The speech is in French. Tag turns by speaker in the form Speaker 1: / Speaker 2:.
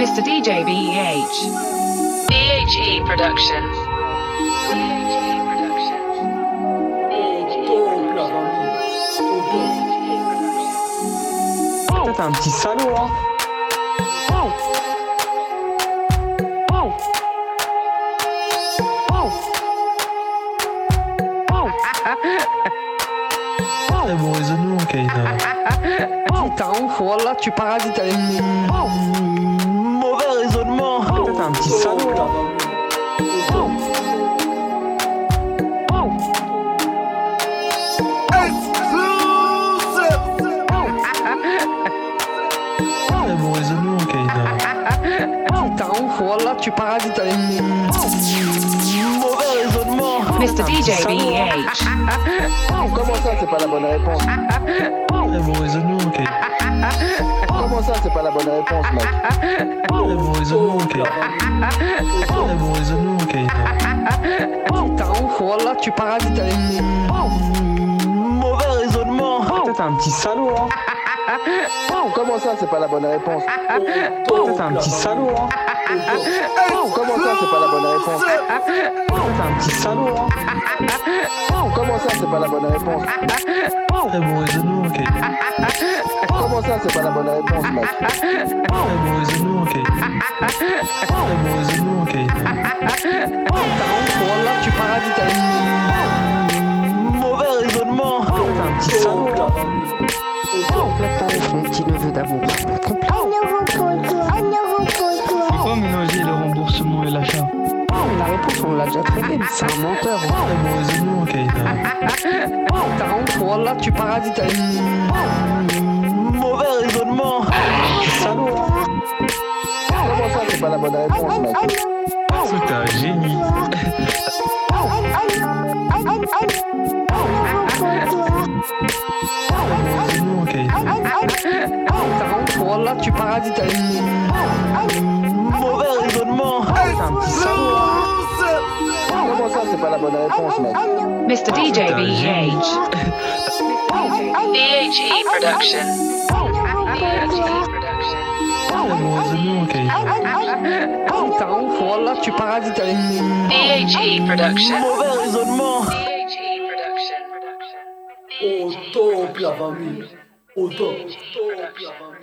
Speaker 1: Mr. DJ BEH. BHE Productions. BHE Productions.
Speaker 2: Toi, T'es un petit salaud, hein
Speaker 3: Ah bon, raisonnement, Kaina.
Speaker 2: Dis, T'es un ouf, voilà, tu parasites avec
Speaker 3: Mm, Mauvais raisonnement.
Speaker 2: Toi, T'es un petit salaud, là
Speaker 3: Ah bon, raisonnement, Kaina.
Speaker 2: Dis, T'es un ouf, voilà, tu parasites avec
Speaker 3: Mm, Mauvais raisonnement.
Speaker 1: Mr. DJ BEH.
Speaker 4: Comment ça, c'est pas la bonne réponse
Speaker 3: Ah bon, raisonnement, Kaina.
Speaker 4: Comment ça, c'est pas la bonne réponse, mec
Speaker 3: Ah bon, raisonnement, Kaina. Ah bon, raisonnement, Kaina.
Speaker 2: Dis, T'es un ouf, voilà, tu parasites avec
Speaker 3: Mm, Mauvais raisonnement.
Speaker 2: Toi, T'es un petit salaud, hein
Speaker 4: Oh, Comment ça, c'est pas la bonne réponse
Speaker 2: Toi, T'es un petit salaud, hein
Speaker 4: Comment ça, c'est pas la bonne réponse
Speaker 2: Toi, T'es un petit salaud, hein
Speaker 4: Comment ça, c'est pas la bonne réponse
Speaker 3: Ah bon, raisonnement, Kaina.
Speaker 4: Comment ça, c'est pas la bonne réponse, mec
Speaker 3: Ah bon, raisonnement, Kaina. Ah bon, raisonnement, Kaina.
Speaker 2: T'es un ouf, voilà, tu parasites avec
Speaker 3: Mauvais raisonnement.
Speaker 2: Toi, T'es un petit salaud, là Complètement ouf, mon petit neveu d'amour. Complètement.
Speaker 5: Pourquoi mélanger le remboursement et l'achat
Speaker 2: Mais la réponse, on l'a déjà traitée, mais c'est un menteur, hein
Speaker 3: Ah bon, raisonnement, Kaina.
Speaker 2: T'es un ouf, voilà, tu parasites avec
Speaker 3: Mauvais raisonnement.
Speaker 2: Salaud, hein
Speaker 4: Comment ça, c'est pas la bonne réponse, mec
Speaker 5: Toi, t'es un génie.
Speaker 3: Raisonnement, Kaina.
Speaker 2: T'as honte, voilà, tu parasites avec
Speaker 3: Mauvais raisonnement.
Speaker 2: T'es un petit salaud, hein
Speaker 4: Comment ça, c'est pas la bonne réponse, mec
Speaker 1: Mr. DJ
Speaker 3: putain, j'ai-
Speaker 1: BEH. BHE Productions. BHE Productions.
Speaker 3: Ah bon, raisonnement, Kaina.
Speaker 2: T'as honte, voilà, tu parasites avec
Speaker 1: BHE Productions.
Speaker 3: Mauvais raisonnement.
Speaker 1: BHE Productions.
Speaker 6: Au top, la famille. Au top.
Speaker 1: BHE Productions.